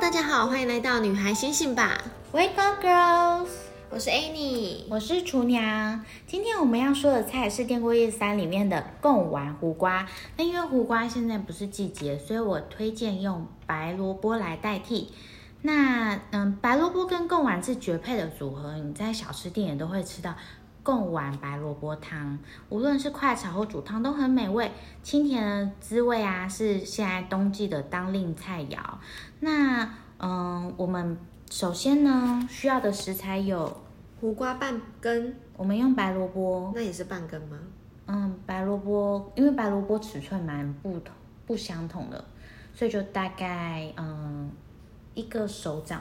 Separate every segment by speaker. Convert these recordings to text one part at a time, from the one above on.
Speaker 1: 大家好，欢迎来到《女孩醒醒吧
Speaker 2: Wake up, girls！》，
Speaker 1: 我是 Annie。
Speaker 2: 我是厨娘。今天我们要说的菜是《电锅夜三》里面的贡丸胡瓜。那因为胡瓜现在不是季节，所以我推荐用白萝卜来代替。那嗯，白萝卜跟贡丸是绝配的组合，你在小吃店也都会吃到贡丸白萝卜汤，无论是快炒或煮汤都很美味。清甜的滋味啊，是现在冬季的当令菜肴。那嗯，我们首先呢需要的食材有
Speaker 1: 胡瓜半根，
Speaker 2: 我们用白萝卜，
Speaker 1: 那也是半根吗？
Speaker 2: 嗯，白萝卜，因为白萝卜尺寸蛮不同不相同的，所以就大概嗯一个手掌，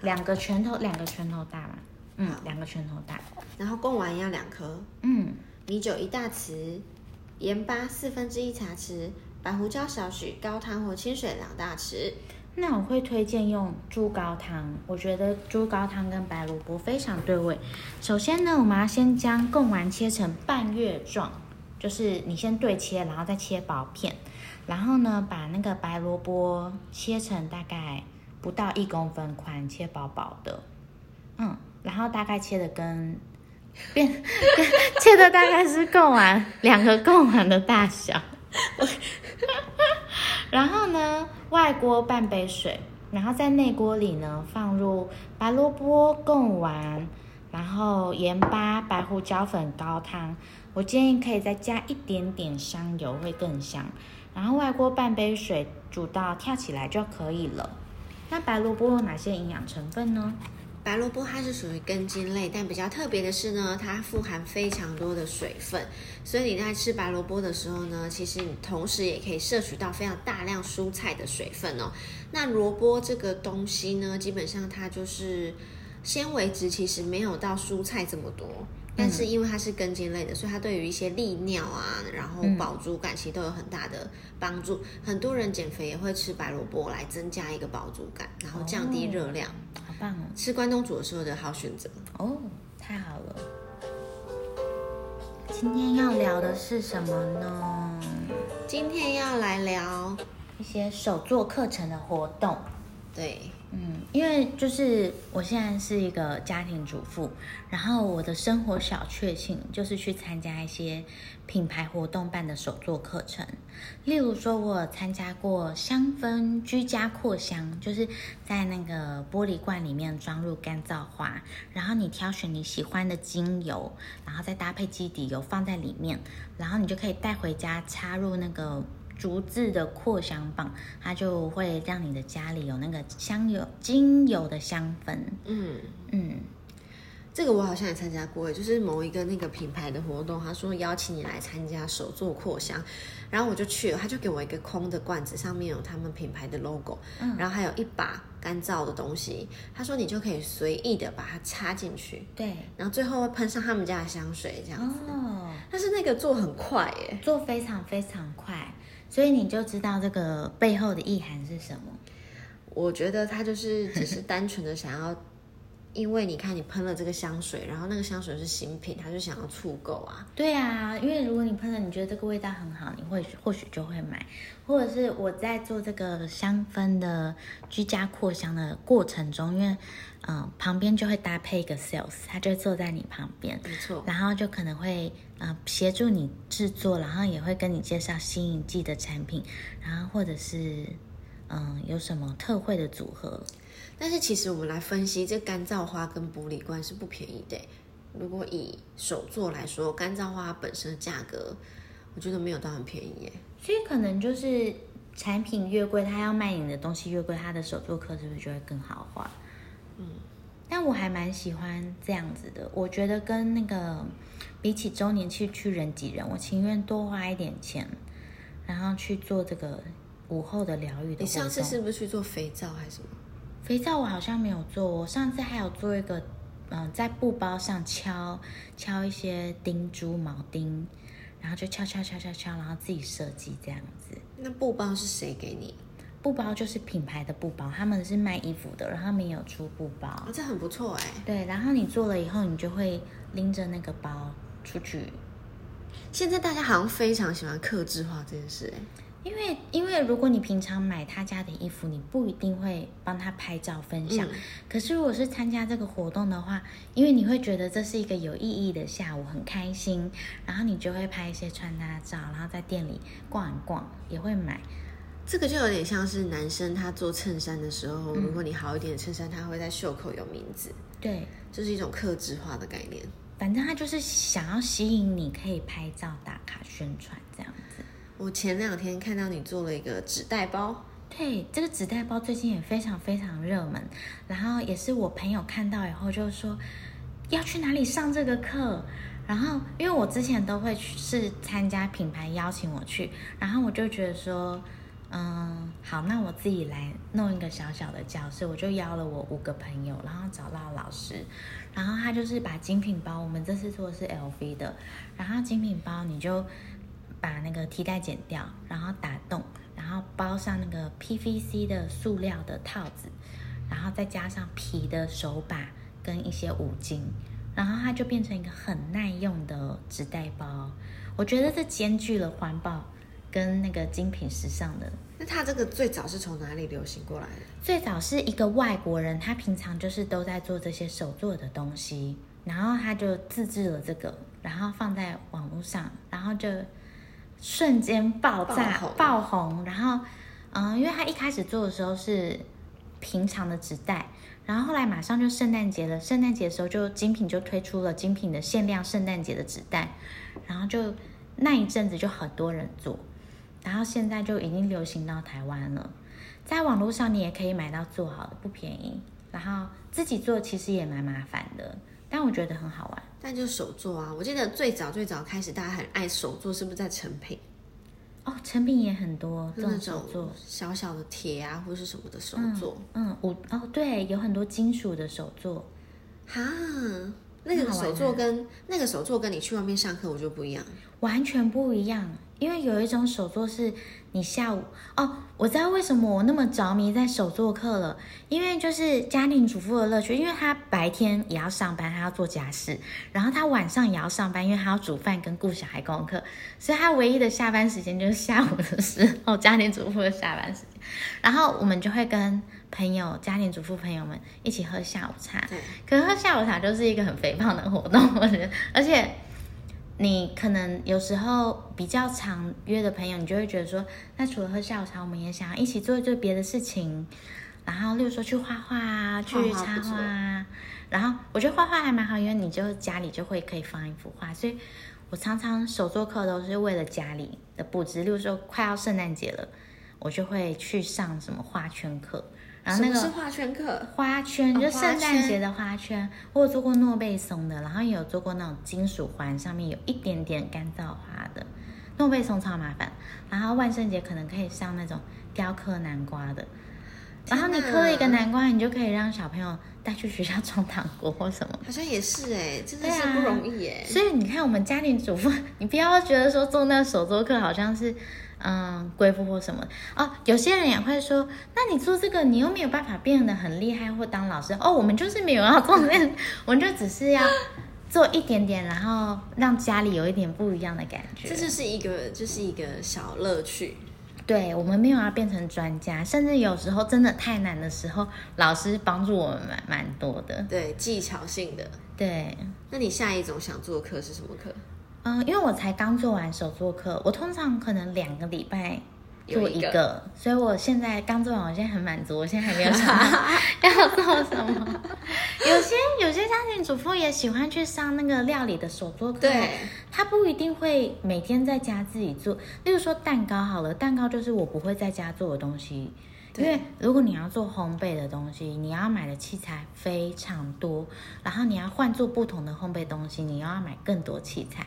Speaker 2: 两个拳头，两个拳头大嘛，嗯，两个拳头大，
Speaker 1: 然后贡丸要两颗，
Speaker 2: 嗯，
Speaker 1: 米酒一大匙，盐巴四分之一茶匙，白胡椒少许，高汤或清水两大匙。
Speaker 2: 那我会推荐用猪高汤，我觉得猪高汤跟白萝卜非常对味。首先呢，我们要先将贡丸切成半月状，就是你先对切，然后再切薄片。然后呢，把那个白萝卜切成大概不到一公分宽，切薄薄的。嗯，然后大概切的跟变 切的大概是贡丸两个贡丸的大小。然后呢，外锅半杯水，然后在内锅里呢放入白萝卜、贡丸，然后盐巴、白胡椒粉、高汤。我建议可以再加一点点香油，会更香。然后外锅半杯水煮到跳起来就可以了。那白萝卜有哪些营养成分呢？
Speaker 1: 白萝卜它是属于根茎类，但比较特别的是呢，它富含非常多的水分，所以你在吃白萝卜的时候呢，其实你同时也可以摄取到非常大量蔬菜的水分哦。那萝卜这个东西呢，基本上它就是纤维质其实没有到蔬菜这么多，但是因为它是根茎类的，所以它对于一些利尿啊，然后饱足感其实都有很大的帮助。很多人减肥也会吃白萝卜来增加一个饱足感，然后降低热量。
Speaker 2: 好棒哦！
Speaker 1: 吃关东煮的时候的好选择。
Speaker 2: 哦，太好了。今天要聊的是什么呢？
Speaker 1: 今天要来聊，
Speaker 2: 一些手作课程的活动。
Speaker 1: 对，
Speaker 2: 嗯，因为就是我现在是一个家庭主妇，然后我的生活小确幸就是去参加一些品牌活动办的手作课程，例如说我有参加过香氛居家扩香，就是在那个玻璃罐里面装入干燥花，然后你挑选你喜欢的精油，然后再搭配基底油放在里面，然后你就可以带回家插入那个竹制的扩香棒，它就会让你的家里有那个香油精油的香氛。
Speaker 1: 嗯，
Speaker 2: 嗯，
Speaker 1: 这个我好像也参加过，就是某一个那个品牌的活动，他说邀请你来参加手作扩香，然后我就去了，他就给我一个空的罐子，上面有他们品牌的 logo，、然后还有一把干燥的东西，他说你就可以随意的把它插进去，
Speaker 2: 对。
Speaker 1: 然后最后会喷上他们家的香水这样子。
Speaker 2: 哦，
Speaker 1: 但是那个做很快耶，
Speaker 2: 做非常非常快，所以你就知道这个背后的意涵是什么。
Speaker 1: 我觉得他就是只是单纯的想要，因为你看你喷了这个香水，然后那个香水是新品，他就想要促购啊。
Speaker 2: 对啊，因为如果你喷了，你觉得这个味道很好，你会或许就会买，或者是我在做这个香氛的居家扩香的过程中，因为嗯、呃旁边就会搭配一个 sales，他就会坐在你旁边，
Speaker 1: 没错，
Speaker 2: 然后就可能会呃协助你制作，然后也会跟你介绍新一季的产品，然后或者是嗯、有什么特惠的组合，
Speaker 1: 但是其实我们来分析，这干燥花跟玻璃罐是不便宜的。欸如果以手作来说，干燥花本身的价格，我觉得没有到很便宜欸耶。
Speaker 2: 所以可能就是产品越贵，他要卖你的东西越贵，他的手作课是不是就会更豪华？嗯，但我还蛮喜欢这样子的。我觉得跟那个比起周年庆去人挤人，我情愿多花一点钱，然后去做这个午后的疗愈的活动。
Speaker 1: 你上次是不是去做肥皂还是什么？
Speaker 2: 肥皂我好像没有做，我上次还有做一个，嗯、在布包上敲敲一些钉珠、铆钉，然后就敲敲敲敲敲，然后自己设计这样子。
Speaker 1: 那布包是谁给你？
Speaker 2: 布包就是品牌的布包，他们是卖衣服的，然后他们也有出布包
Speaker 1: 啊、。这很不错哎。
Speaker 2: 对，然后你做了以后，你就会拎着那个包出去。
Speaker 1: 现在大家好像非常喜欢克制化这件事哎。
Speaker 2: 因为因为如果你平常买他家的衣服，你不一定会帮他拍照分享。
Speaker 1: 嗯
Speaker 2: 可是如果是参加这个活动的话，因为你会觉得这是一个有意义的下午，很开心，然后你就会拍一些穿搭照，然后在店里逛一逛，也会买。
Speaker 1: 这个就有点像是男生他做衬衫的时候，
Speaker 2: 嗯
Speaker 1: 如果你好一点的衬衫，他会在袖口有名字，
Speaker 2: 对，
Speaker 1: 就是一种克制化的概念。
Speaker 2: 反正他就是想要吸引你可以拍照打卡宣传这样子。
Speaker 1: 我前两天看到你做了一个纸袋包，
Speaker 2: 对，这个纸袋包最近也非常非常热门，然后也是我朋友看到以后就说要去哪里上这个课，然后因为我之前都会去是参加品牌邀请我去，然后我就觉得说，嗯，好，那我自己来弄一个小小的教室，我就邀了我五个朋友，然后找到老师，然后他就是把精品包，我们这次做的是 LV 的，然后精品包你就把那个提袋剪掉，然后打洞，然后包上那个 PVC 的塑料的套子，然后再加上皮的手把跟一些五金，然后它就变成一个很耐用的纸袋包。我觉得这兼具了环保跟那个精品时尚的
Speaker 1: 那它这个最早是从哪里流行过来的？
Speaker 2: 最早是一个外国人，他平常就是都在做这些手做的东西，然后他就自制了这个，然后放在网络上，然后就瞬间爆炸
Speaker 1: 爆红
Speaker 2: 爆红。然后，嗯、因为他一开始做的时候是平常的纸袋，然后后来马上就圣诞节了，圣诞节的时候就精品就推出了精品的限量圣诞节的纸袋，然后就那一阵子就很多人做，然后现在就已经流行到台湾了。在网络上你也可以买到做好的，不便宜。然后自己做其实也蛮麻烦的，但我觉得很好玩。
Speaker 1: 但就是手做啊，我记得最早最早开始大家很爱手做，是不是在成品？
Speaker 2: 哦，成品也很多这
Speaker 1: 那
Speaker 2: 种哦手
Speaker 1: 种
Speaker 2: 做，
Speaker 1: 小小的铁啊，或是什么的手做，
Speaker 2: 嗯，我哦对，有很多金属的手做，
Speaker 1: 哈、那
Speaker 2: 嗯很
Speaker 1: 个
Speaker 2: 好玩欸
Speaker 1: 手做跟那个手做跟你去外面上课我就不一样，
Speaker 2: 完全不一样。因为有一种手作是你下午哦，我知道为什么我那么着迷在手作课了，因为就是家庭主妇的乐趣，因为她白天也要上班，她要做家事，然后她晚上也要上班，因为她要煮饭跟顾小孩功课，所以她唯一的下班时间就是下午的时候，家庭主妇的下班时间。然后我们就会跟朋友、家庭主妇朋友们一起喝下午茶，
Speaker 1: 对，
Speaker 2: 可是喝下午茶就是一个很肥胖的活动， 我觉得，而且你可能有时候比较常约的朋友，你就会觉得说，那除了喝下午茶，我们也想要一起做一做别的事情，然后例如说去画画啊，
Speaker 1: 画画
Speaker 2: 去插
Speaker 1: 不错
Speaker 2: 花啊，然后我觉得画画还蛮好，因为你就家里就会可以放一幅画，所以我常常手作课都是为了家里的布置，例如说快要圣诞节了，我就会去上什么画圈课，然后那个
Speaker 1: 什么是画圈课？
Speaker 2: 花圈，
Speaker 1: 哦
Speaker 2: 就
Speaker 1: 花
Speaker 2: 圣诞节
Speaker 1: 圈
Speaker 2: 的花圈，我有做过诺贝松的，然后也有做过那种金属环，上面有一点点干燥花的。诺贝松超麻烦，然后万圣节可能可以上那种雕刻南瓜的，然后你
Speaker 1: 天哪
Speaker 2: 刻了一个南瓜，你就可以让小朋友带去学校 装糖果或什么。
Speaker 1: 好像也是哎、真的
Speaker 2: 对
Speaker 1: 是
Speaker 2: 啊
Speaker 1: 不容易哎、
Speaker 2: 所以你看，我们家庭主妇， 你不要觉得说做那手作课好像是，嗯，贵妇或什么哦。有些人也会说，那你做这个，你又没有办法变得很厉害或当老师哦。我们就是没有要做那 个，我们就只是要做一点点，然后让家里有一点不一样的感觉。
Speaker 1: 这就是一个就是一个小乐趣，
Speaker 2: 对我们没有要变成专家，甚至有时候真的太难的时候，老师帮助我们蛮蛮多的。
Speaker 1: 对，技巧性的。
Speaker 2: 对，
Speaker 1: 那你下一种想做的课是什么课？
Speaker 2: 嗯，因为我才刚做完手作课，我通常可能两个礼拜做
Speaker 1: 有
Speaker 2: 一
Speaker 1: 一
Speaker 2: 个，
Speaker 1: 个
Speaker 2: 所以我现在刚做完，我现在很满足，我现在还没有想到要做什么。有些有些家庭主妇也喜欢去上那个料理的手作课，
Speaker 1: 对，
Speaker 2: 她不一定会每天在家自己做，例如说蛋糕好了，蛋糕就是我不会在家做的东西。
Speaker 1: 对
Speaker 2: 因为如果你要做烘焙的东西，你要买的器材非常多，然后你要换做不同的烘焙东西，你又要买更多器材。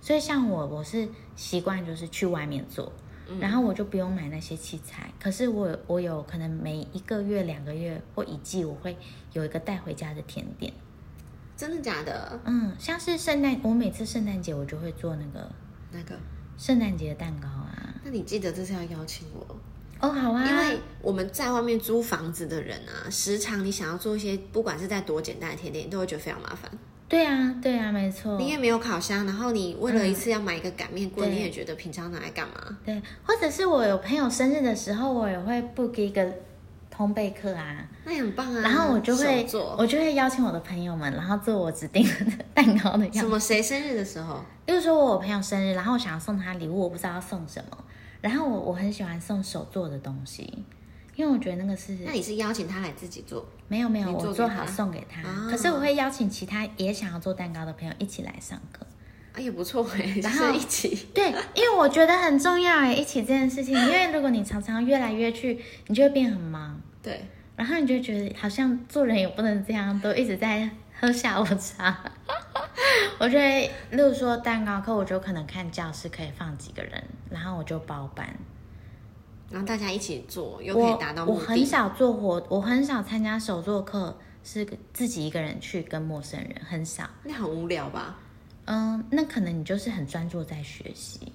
Speaker 2: 所以像我，我是习惯就是去外面做，
Speaker 1: 嗯
Speaker 2: 然后我就不用买那些器材。可是我我有可能每一个月、两个月或一季，我会有一个带回家的甜点。
Speaker 1: 真的假的？
Speaker 2: 嗯，像是圣诞，我每次圣诞节我就会做那个
Speaker 1: 那个？
Speaker 2: 圣诞节的蛋糕啊。
Speaker 1: 那你记得这次要邀请我，
Speaker 2: 哦，好啊，
Speaker 1: 因为我们在外面租房子的人啊，时常你想要做一些，不管是在多简单的甜点，你都会觉得非常麻烦。
Speaker 2: 对啊，对啊，没错。
Speaker 1: 你也没有烤箱，然后你为了
Speaker 2: 嗯
Speaker 1: 一次要买一个擀面棍，
Speaker 2: 对
Speaker 1: 你也觉得平常拿来干嘛？
Speaker 2: 对，或者是我有朋友生日的时候，我也会 book 一个烘焙课啊，
Speaker 1: 那也很棒啊。
Speaker 2: 然后我就会
Speaker 1: 手做
Speaker 2: 我就会邀请我的朋友们，然后做我指定的蛋糕的样
Speaker 1: 什
Speaker 2: 子。
Speaker 1: 么？谁生日的时候？
Speaker 2: 例如说，我有朋友生日，然后我想要送他礼物，我不知道要送什么，然后我我很喜欢送手做的东西，因为我觉得那个是
Speaker 1: 那你是邀请他来自己做？
Speaker 2: 没有没有
Speaker 1: 你做
Speaker 2: 我
Speaker 1: 给
Speaker 2: 做
Speaker 1: 他
Speaker 2: 好送给他，
Speaker 1: 啊
Speaker 2: 可是我会邀请其他也想要做蛋糕的朋友一起来上课。
Speaker 1: 啊，也不错 哎、就
Speaker 2: 然后
Speaker 1: 是一起。
Speaker 2: 对，因为我觉得很重要哎，一起这件事情，因为如果你常常约来约去，你就会变很忙。
Speaker 1: 对，
Speaker 2: 然后你就觉得好像做人也不能这样，都一直在喝下午茶。 我觉得，例如说蛋糕课，我就可能看教室可以放几个人，然后我就包办。
Speaker 1: 然后大家一起做，又可
Speaker 2: 我
Speaker 1: 以达到
Speaker 2: 我
Speaker 1: 目的。
Speaker 2: 很少做活，我很少参加手作课，是自己一个人去跟陌生人，很少。
Speaker 1: 那很无聊吧？
Speaker 2: 嗯，那可能你就是很专注在学习，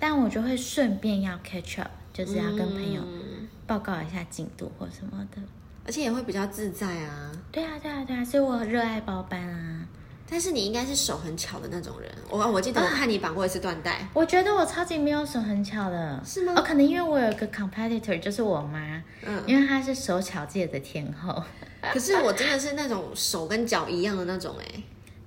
Speaker 2: 但我就会顺便要 catch up，就是啊要跟朋友
Speaker 1: 嗯
Speaker 2: 报告一下进度或什么的。
Speaker 1: 而且也会比较自在啊。
Speaker 2: 对啊，对啊，对啊，所以我热爱包班啊。
Speaker 1: 但是你应该是手很巧的那种人。我我记得我看你绑过一次缎带，
Speaker 2: 我觉得我超级没有手很巧的，
Speaker 1: 是吗
Speaker 2: 哦，可能因为我有一个 competitor，就是我妈，
Speaker 1: 嗯，
Speaker 2: 因为她是手巧界的天后。
Speaker 1: 可是我真的是那种手跟脚一样的那种哎、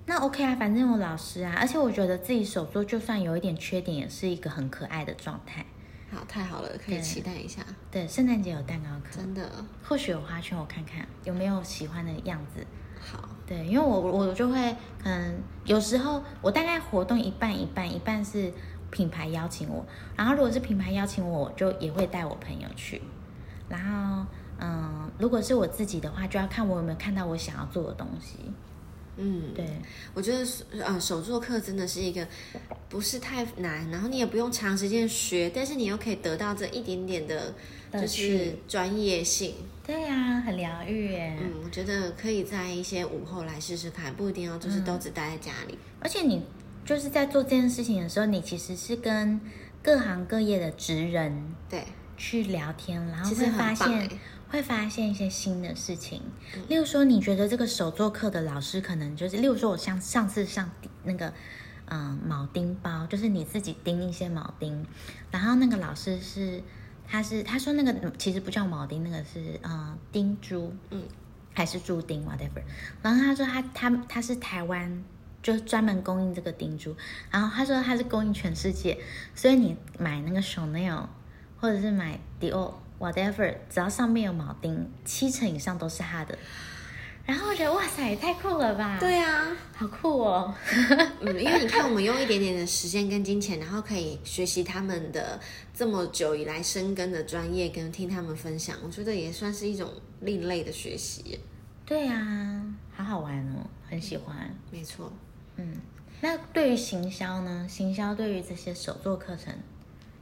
Speaker 2: 那 OK 啊，反正我老师啊，而且我觉得自己手做就算有一点缺点，也是一个很可爱的状态。
Speaker 1: 好，太好了，可以
Speaker 2: 对
Speaker 1: 期待一下，
Speaker 2: 对，圣诞节有蛋糕课，
Speaker 1: 真的
Speaker 2: 或许有花圈，我看看有没有喜欢的样子。
Speaker 1: 好。
Speaker 2: 对，因为我我我就会，可能有时候我大概活动一半一半，一半是品牌邀请我，然后如果是品牌邀请我，我就也会带我朋友去。然后，嗯，如果是我自己的话，就要看我有没有看到我想要做的东西。
Speaker 1: 嗯，
Speaker 2: 对，
Speaker 1: 我觉得呃手作课真的是一个不是太难，然后你也不用长时间学，但是你又可以得到这一点点的，就是
Speaker 2: 乐趣
Speaker 1: 专业性。
Speaker 2: 对呀、很疗愈耶。
Speaker 1: 嗯，我觉得可以在一些午后来试试看，不一定要就是
Speaker 2: 嗯
Speaker 1: 都只待在家里。
Speaker 2: 而且你就是在做这件事情的时候，你其实是跟各行各业的职人
Speaker 1: 对，
Speaker 2: 去聊天，然后
Speaker 1: 其实
Speaker 2: 会
Speaker 1: 很
Speaker 2: 发
Speaker 1: 棒
Speaker 2: 现
Speaker 1: 欸
Speaker 2: 会发现一些新的事情。例如说，你觉得这个手作课的老师可能就是，例如说我像上次上那个。嗯，铆钉包就是你自己钉一些铆钉，然后那个老师是，他是他说那个嗯其实不叫铆钉，那个是嗯钉珠，
Speaker 1: 嗯，
Speaker 2: 还是猪钉 whatever。然后他说他他他是台湾，就是专门供应这个钉珠。然后他说他是供应全世界，所以你买那个 Chanel 或者是买 Dior whatever，只要上面有铆钉，七成以上都是他的。然后我觉得哇塞，也太酷了吧！，
Speaker 1: 对啊，
Speaker 2: 好酷哦。
Speaker 1: 嗯，因为你看，我们用一点点的时间跟金钱，然后可以学习他们的这么久以来深耕的专业，跟听他们分享，我觉得也算是一种另类的学习耶。
Speaker 2: 对啊，好好玩哦，很喜欢。
Speaker 1: 没错，
Speaker 2: 嗯，那对于行销呢？行销对于这些手作课程，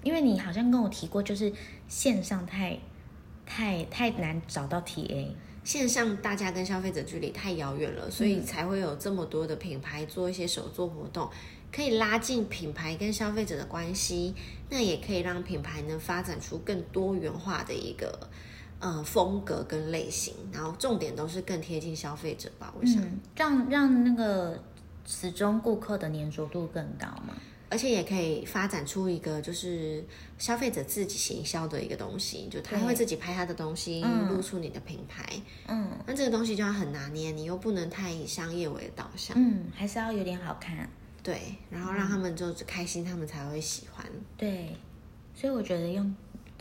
Speaker 2: 因为你好像跟我提过，就是线上太太太难找到 TA。
Speaker 1: 线上大家跟消费者距离太遥远了，所以
Speaker 2: 嗯
Speaker 1: 才会有这么多的品牌做一些手作活动，可以拉近品牌跟消费者的关系，那也可以让品牌能发展出更多元化的一个呃风格跟类型，然后重点都是更贴近消费者吧，我想。
Speaker 2: 嗯，让让那个始终顾客的粘着度更高嘛。
Speaker 1: 而且也可以发展出一个就是消费者自己行销的一个东西，就他
Speaker 2: 对
Speaker 1: 会自己拍他的东西，
Speaker 2: 嗯
Speaker 1: 露出你的品牌。
Speaker 2: 嗯
Speaker 1: 那这个东西就要很拿捏，你又不能太以商业为导向，
Speaker 2: 嗯，还是要有点好看。啊
Speaker 1: 对，然后让他们就是开心，他们才会喜欢。
Speaker 2: 对，所以我觉得用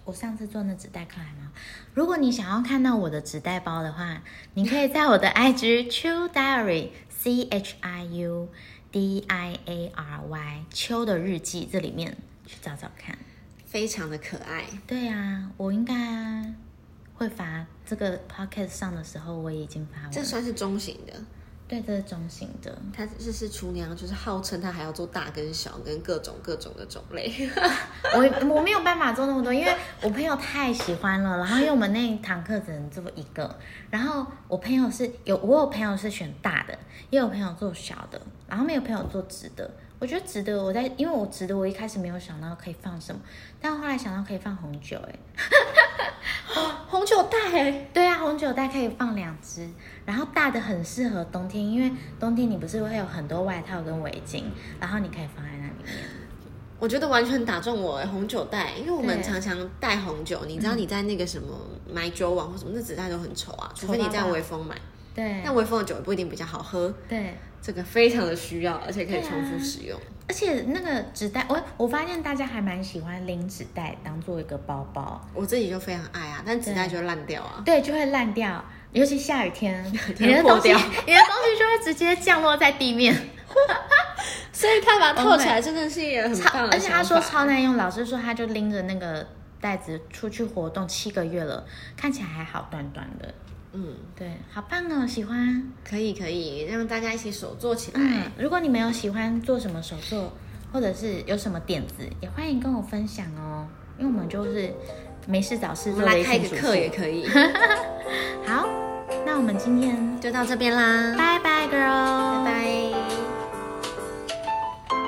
Speaker 2: 我上次做那纸袋课还蛮好。如果你想要看到我的纸袋包的话，你可以在我的 IG True Diary C H I U D I A R Y 秋的日记这里面去找找看。
Speaker 1: 非常的可爱，
Speaker 2: 对啊，我应该会发这个 podcast 上的时候，我已经发
Speaker 1: 这
Speaker 2: 完。
Speaker 1: 算是中型的。
Speaker 2: 对，这是中型的。
Speaker 1: 它这是厨娘，就是号称她还要做大跟小跟各种各种的种类。
Speaker 2: 我我没有办法做那么多，因为我朋友太喜欢了，然后因为我们那一堂课只能做一个，然后我朋友是有我有朋友是选大的，也有朋友做小的，然后没有朋友做直的。我觉得直的，我在因为我 直的，我一开始没有想到可以放什么，但后来想到可以放红酒、欸，哎，
Speaker 1: 红酒袋欸，
Speaker 2: 对啊，红酒袋可以放两只，然后大的很适合冬天，因为冬天你不是会有很多外套跟围巾，然后你可以放在那里面。
Speaker 1: 我觉得完全打中我欸红酒袋，因为我们
Speaker 2: 对
Speaker 1: 常常带红酒，你知道你在那个什么买酒网或什么，那纸袋都很丑啊，除非你
Speaker 2: 丑到
Speaker 1: 在
Speaker 2: 爆
Speaker 1: 微风买，
Speaker 2: 对，
Speaker 1: 但微风的酒也不一定比较好喝，
Speaker 2: 对，
Speaker 1: 这个非常的需要，而且可以
Speaker 2: 对啊
Speaker 1: 重复使用。
Speaker 2: 而且那个纸袋，我我发现大家还蛮喜欢拎纸袋当做一个包包，
Speaker 1: 我自己就非常爱啊，但纸袋就烂掉啊。
Speaker 2: 对，就会烂掉，尤其下雨天，
Speaker 1: 天
Speaker 2: 你的
Speaker 1: 破
Speaker 2: 东西， 你
Speaker 1: 掉
Speaker 2: 的东西就会直接降落在地 面。
Speaker 1: 所以他把它
Speaker 2: Oh
Speaker 1: 扣
Speaker 2: my-
Speaker 1: 起来真的是一个很
Speaker 2: 超，
Speaker 1: 棒的
Speaker 2: 而且他
Speaker 1: 想
Speaker 2: 说
Speaker 1: 法
Speaker 2: 超耐用，老师说他就拎着那个袋子出去活动七个月了，看起来还好端端的。
Speaker 1: 嗯，
Speaker 2: 对，好棒哦，喜欢。
Speaker 1: 可以可以，让大家一起手做起来。
Speaker 2: 嗯，如果你们有喜欢做什么手作，或者是有什么点子，也欢迎跟我分享哦，因为我们就是没事找事
Speaker 1: 我
Speaker 2: 做
Speaker 1: 们
Speaker 2: 的
Speaker 1: 来
Speaker 2: 一
Speaker 1: 开
Speaker 2: 群
Speaker 1: 个
Speaker 2: 主
Speaker 1: 课也
Speaker 2: 妇。
Speaker 1: 可以，
Speaker 2: 好，那我们今天
Speaker 1: 就到这边啦。
Speaker 2: 拜拜，girl。